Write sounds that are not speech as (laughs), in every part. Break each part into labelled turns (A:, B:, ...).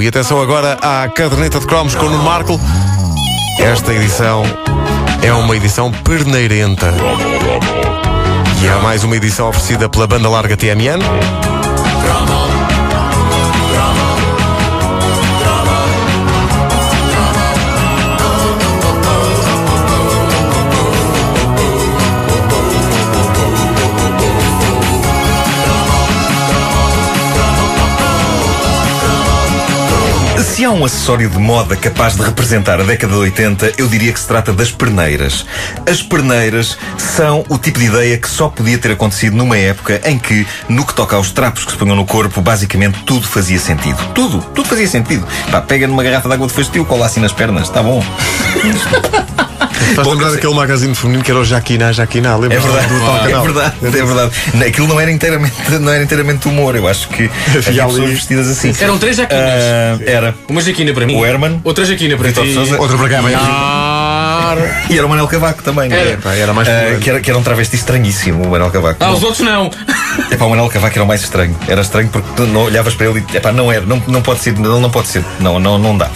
A: E atenção agora à caderneta de cromos com o Nuno Marco. Esta edição é uma edição perneirenta. E é mais uma edição oferecida pela banda larga TMN.
B: Se há um acessório de moda capaz de representar a década de 80, eu diria que se trata das perneiras. As perneiras são o tipo de ideia que só podia ter acontecido numa época em que, no que toca aos trapos que se punham no corpo, basicamente tudo fazia sentido. Tudo, tudo fazia sentido. Pá, pega numa garrafa de água de fastio, cola assim nas pernas, está bom.
A: Estás
B: Bom,
A: a lembrar
B: eu sei.
A: daquele magazine feminino que era o Jaquiná, Jaquiná?
B: É
A: Lembras
B: verdade,
A: do tal
B: é
A: canal?
B: verdade, é verdade. Aquilo não era inteiramente, não era inteiramente humor, eu acho que
A: (laughs) Havia
B: havia
A: ali-
B: pessoas vestidas assim.
C: Eram três jaquinas.
B: Ah, era.
C: Uma jaquina para mim.
B: O Herman.
C: Outra jaquina para
B: Vitor
C: ti.
B: Sousa.
A: Outro para cá, bem.
C: Ah,
B: E era o Manuel Cavaco também, não
C: Era.
B: era?
A: é? Pá, era mais Ah,
B: Ah,
A: poderoso.
B: que, era, que era um travesti estranhíssimo, o Manuel Cavaco.
C: Ah, os outros não.
B: É o Manuel Cavaco era o mais estranho. Era estranho porque tu não olhavas para ele e. Epá, não era, não, não pode ser, não, não pode ser. Não, não, não dá.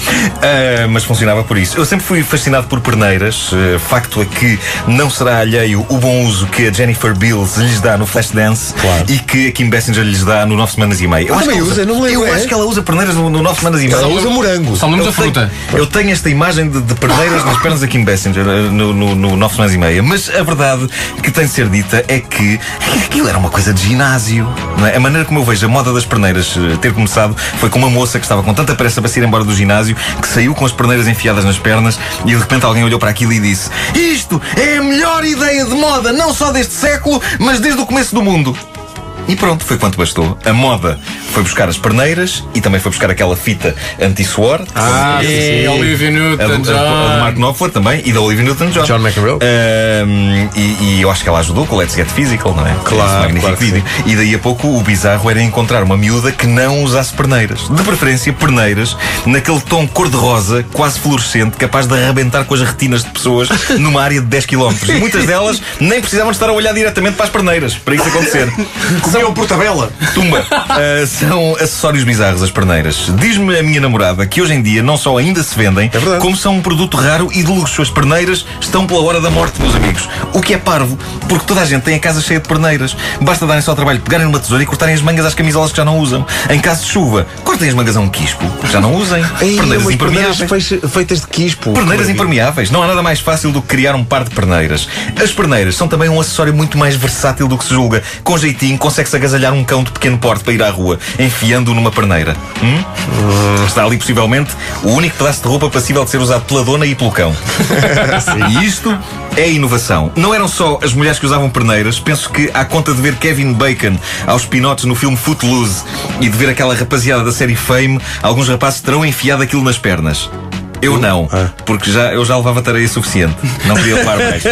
B: Ah, mas funcionava por isso. Eu sempre fui fascinado por perneiras. Ah, facto é que não será alheio o bom uso que a Jennifer Bills lhes dá no Flashdance
A: Claro.
B: e que a Kim Bessinger lhes dá no 9 semanas e meia. Eu
A: Ah,
B: que
A: também
B: ela
A: usa, não me lembro,
B: Eu
A: é?
B: acho que ela usa perneiras no 9 semanas e meia.
A: Ela usa morango.
C: Só lemos
B: Eu
C: a fruta.
B: Tenho, eu tenho esta imagem de, de perneiras nas pernas da Kim Bessinger eh, no, no, no 9 semanas e meia. Mas a verdade que tem de ser dita é que aquilo era uma coisa de ginásio. não é? A maneira como eu vejo a moda das perneiras eh, ter começado foi com uma moça que estava com tanta pressa para se ir embora do ginásio que saiu com as perneiras enfiadas nas pernas e de repente alguém olhou para aquilo e disse: Isto é a melhor ideia de moda, não só deste século, mas desde o começo do mundo. E pronto, foi quanto bastou. A moda foi buscar as perneiras e também foi buscar aquela fita anti-suor.
A: Ah, sim,
C: sim. É. Olivia
B: A, É do- a,
C: Newton,
B: do- a do Mark Knopfler também e da Olivia Newton-John.
A: John McEnroe.
B: Ahm, e, e eu acho que ela ajudou com o Let's Get Physical, não é?
A: Claro,
B: Esse magnífico
A: claro que
B: vídeo. E daí a pouco o bizarro era encontrar uma miúda que não usasse perneiras. De preferência, perneiras naquele tom cor-de-rosa, quase fluorescente, capaz de arrebentar com as retinas
A: (laughs)
B: de pessoas numa área de 10 km. E muitas delas nem precisavam de estar a olhar diretamente para as perneiras para
A: (laughs)
B: isso acontecer.
A: Comeu por tabela.
B: Tumba. (laughs) Ah, são acessórios bizarros as perneiras. Diz-me a minha namorada que hoje em dia não só ainda se vendem,
A: É verdade.
B: como são um produto raro e de luxo. As perneiras estão pela hora da morte, meus amigos. O que é parvo, porque toda a gente tem a casa cheia de perneiras. Basta darem só ao trabalho, de pegarem uma tesoura e cortarem as mangas às camisolas que já não usam. Em caso de chuva, cortem as mangas a um quispo, que já não usem. perneiras impermeáveis.
A: feitas de quispo.
B: Perneiras impermeáveis. Não há nada mais fácil do que criar um par de perneiras. As perneiras são também um acessório muito mais versátil do que se julga. Com jeitinho, consegue-se agasalhar um cão de pequeno porte para ir à rua, enfiando-o numa perneira. Hum? Está ali, possivelmente, o único pedaço de roupa passível de ser usado pela dona e pelo cão. E isto é inovação. Não eram só as mulheres que usavam perneiras. Penso que, à conta de ver Kevin Bacon aos pinotes no filme Footloose e de ver aquela rapaziada da série Fame, alguns rapazes terão enfiado aquilo nas pernas. Eu não, porque já, eu já levava tareia suficiente. Não queria levar mais.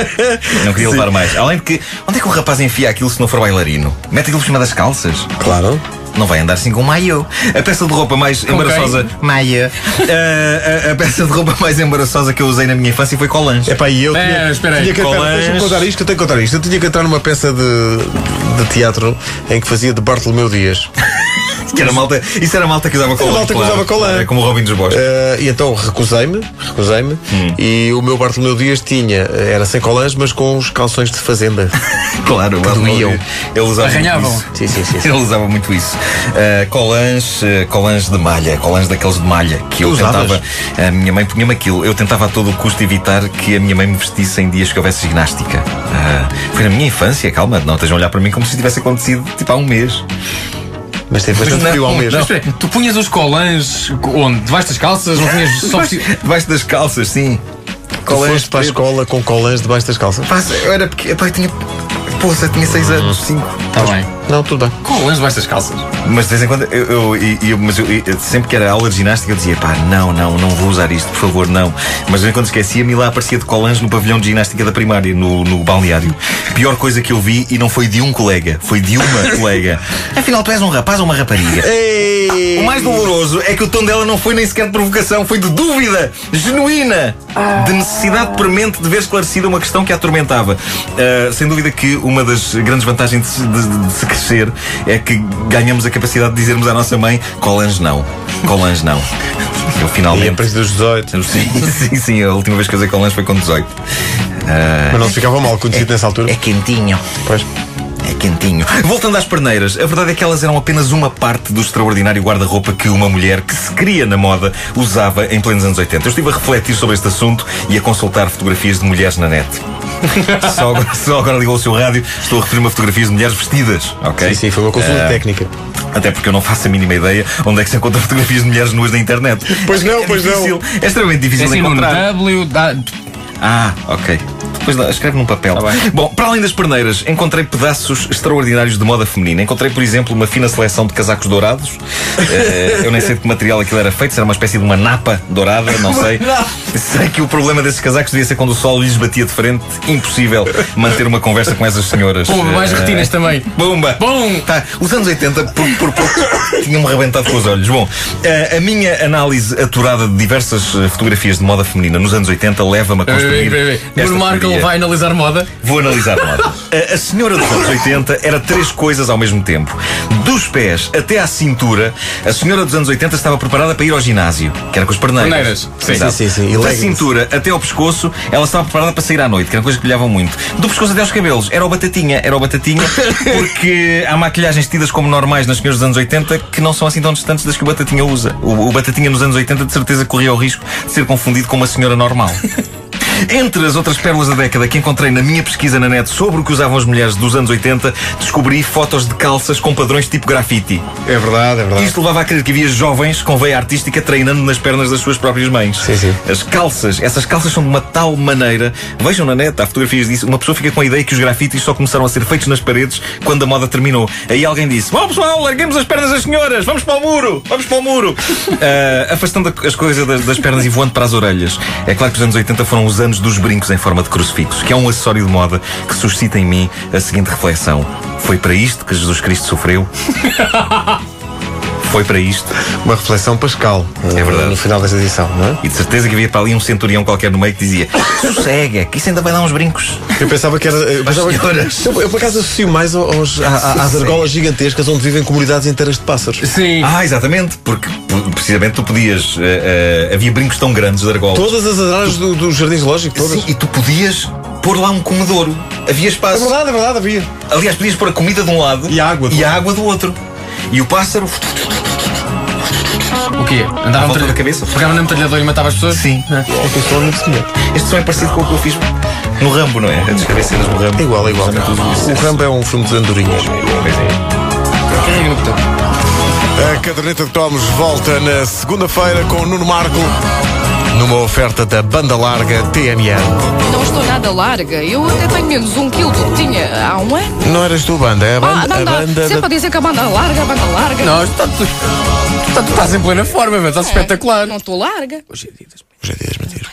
B: Não queria levar mais. Além de que, onde é que o rapaz enfia aquilo se não for bailarino? Mete aquilo por cima das calças?
A: Claro.
B: Não vai andar assim com maio. A peça de roupa mais embaraçosa. Maio. Ah, a, a peça de roupa mais embaraçosa que eu usei na minha infância foi colãs.
A: É pá, e eu
C: É,
A: tinha,
C: espera aí,
A: tinha que
B: colãs.
A: entrar, deixa-me contar isto, eu tenho que contar isto. Eu tinha que entrar numa peça de, de teatro em que fazia de Bartolomeu Dias.
B: Que era malta, isso era malta que usava colã.
A: malta que usava colã.
B: É como o Robin dos Bosques.
A: Eh, e então recusei-me, recusei-me,
B: Hum.
A: e o meu Bartolomeu Dias tinha, eh, era sem colãs, mas com uns calções de
B: (laughs)
A: fazenda.
B: claro, o Elton
A: doíam.
B: John, Ele usava
C: Arranhavam.
B: muito isso.
A: Sim, sim, sim, sim.
B: Ele usava muito isso. Uh, colãs, eh, colãs de malha, colãs daqueles de malha que eu
A: Tu usavas?
B: tentava. A minha mãe punha-me aquilo. Eu tentava a todo o custo evitar que a minha mãe me vestisse em dias que houvesse ginástica. Ah, foi na minha infância, calma, não estejam a olhar para mim como se tivesse acontecido tipo há um mês.
A: Mas teve bastante
B: não,
A: frio ao
C: Mas
A: mesmo.
C: espera aí, tu punhas os colãs onde? Debaixo das calças? Não tinhas só vestido?
B: Debaixo das calças, sim.
A: Tu foste para a
B: preto.
A: escola com colãs debaixo das calças.
B: Pá, eu era pequeno, pá, eu tinha. Poxa, tinha 6 anos, 5.
C: Está Tá bem.
A: Não, tudo bem.
C: Colãs debaixo das calças.
B: Mas de vez em quando, eu, eu- e- e- mas eu- e- sempre que era aula de ginástica, eu dizia pá, não, não, não vou usar isto, por favor, não. Mas de vez em quando esquecia-me e lá aparecia de colãs no pavilhão de ginástica da primária, no, no balneário. Pior coisa que eu vi, e não foi de um colega, foi de uma (laughs) colega. Afinal, tu és um rapaz ou uma rapariga? O mais doloroso é que o tom dela não foi nem sequer de provocação, foi de dúvida genuína, de necessidade premente de ver esclarecida uma questão que a atormentava. Ah, sem dúvida que uma das grandes vantagens de, se- de- de se crescer é que ganhamos a capacidade de dizermos à nossa mãe Colange não, Colange não. Eu
A: E a
B: finalmente.
A: partir dos 18.
B: Sim, sim, sim, a última vez que usei Colange foi com 18.
A: Mas não se ficava mal conhecido nessa altura.
B: É quentinho.
A: Pois.
B: É quentinho. Voltando às perneiras, a verdade é que elas eram apenas uma parte do extraordinário guarda-roupa que uma mulher que se cria na moda usava em plenos anos 80. Eu estive a refletir sobre este assunto e a consultar fotografias de mulheres na
A: (laughs)
B: net. só, agora, só agora ligou o seu rádio, estou a referir-me a fotografias de mulheres vestidas, ok?
A: Sim, sim, foi uma consulta
B: Ah,
A: técnica.
B: Até porque eu não faço a mínima ideia onde é que se encontram (laughs) fotografias de mulheres nuas na internet.
A: Pois não,
B: É
A: pois não.
B: difícil, É extremamente
C: É
B: difícil
C: assim, Nuno,
B: encontrar.
C: W, da-
B: Ah, ok. Depois dá- escreve num papel.
C: Tá
B: Bom, para além das perneiras, encontrei pedaços extraordinários de moda feminina. Encontrei, por exemplo, uma fina seleção de casacos dourados. Eh, eu nem sei de que material aquilo era feito, se era uma espécie de uma napa dourada,
C: (laughs)
B: não sei. Sei que o problema desses casacos devia ser quando o sol lhes batia de frente. Impossível manter uma conversa com essas senhoras.
C: Pumba, mais
B: Eh,
C: retinas também.
B: Bomba!
C: Bom.
B: Tá, os anos 80, por, por pouco, (coughs) tinham-me rebentado com os olhos. Bom, eh, a minha análise aturada de diversas eh, fotografias de moda feminina nos anos 80 leva-me a
C: Peraí,
B: construir.
C: peraí, peraí.
B: esta
C: Nuno Markle
B: teoria.
C: vai analisar moda.
B: Vou analisar
C: (laughs)
B: moda. A, a senhora dos anos 80 era três coisas ao mesmo tempo. Dos pés até à cintura, a senhora dos anos 80 estava preparada para ir ao ginásio, que era com as perneiras.
C: Perneiras, sim.
B: Exato.
A: Sim, sim, sim. E
B: Da
A: leggings.
B: cintura até ao pescoço, ela estava preparada para sair à noite, que era coisa que lhe olhavam muito. Do pescoço até aos cabelos, era o batatinha, era
A: (laughs)
B: o batatinha, porque há maquilhagens tidas como normais nas senhoras dos anos 80 que não são assim tão distantes das que o batatinha usa. O, o batatinha nos anos 80 de certeza corria o risco de ser confundido com uma
A: (laughs)
B: senhora normal. Entre as outras pérolas da década que encontrei na minha pesquisa na net sobre o que usavam as mulheres dos anos 80, descobri fotos de calças com padrões tipo grafite.
A: É verdade, é verdade.
B: Isto levava a crer que havia jovens com veia artística treinando nas pernas das suas próprias mães.
A: Sim, sim.
B: As calças, essas calças são de uma tal maneira. Vejam na net, há fotografias disso. Uma pessoa fica com a ideia que os grafites só começaram a ser feitos nas paredes quando a moda terminou. Aí alguém disse: Bom pessoal, larguemos as pernas das senhoras, vamos para o muro, vamos para o muro. (laughs) Ah, afastando as coisas das, das pernas e voando para as orelhas. É claro que os anos 80 foram os anos dos brincos em forma de crucifixo, que é um acessório de moda que suscita em mim a seguinte reflexão: Foi para isto que Jesus Cristo sofreu? Foi para isto.
A: Uma reflexão pascal.
B: É verdade.
A: No final desta edição, não é?
B: E de certeza que havia para ali um centurião qualquer no meio que dizia: Sossega, que isso ainda vai dar uns brincos.
A: Eu pensava que era. Eu, pensava que-
B: senhoras.
A: eu, eu por acaso associo mais aos, a- a- às
B: Sim.
A: argolas gigantescas onde vivem comunidades inteiras de pássaros.
C: Sim.
B: Ah, exatamente, porque p- precisamente tu podias. eh, eh, havia brincos tão grandes de argola.
A: Todas as araras do, do jardim zoológico, todas.
B: Sim, e tu podias pôr lá um comedouro. Havia
A: É
B: espaço.
A: verdade, é verdade, havia.
B: Aliás, podias pôr a comida de um lado
A: E a água do
B: e a
A: outro.
B: água do outro. E o pássaro.
C: O quê?
B: À
C: Andava
B: volta
C: metralha-
B: da cabeça?
C: Pegava na metralhadora e matava as pessoas?
B: Sim.
A: É que eu estou muito semelhante.
B: Este som é parecido com o que eu fiz no Rambo, não é? As descabeceras no Rambo.
A: É igual, é igual.
B: Exatamente tudo isso.
A: O Rambo é um filme de andorinhas.
B: Pois é.
C: Carrega no botão.
A: A caderneta de cromos volta na segunda-feira com o Nuno Marco numa oferta da banda larga TMN.
D: Não estou nada larga. Eu até tenho menos um quilo do que tinha há um ano.
A: Não eras tu, banda, é a
D: Ah, a
A: banda, a
D: banda,
A: banda
D: sempre
A: da
D: a dizer que a banda larga, a banda larga.
C: Não, está tu, tu, tu estás em plena forma, velho. Estás
D: É,
C: espetacular.
D: Não estou larga.
A: Hoje é dia das mentiras.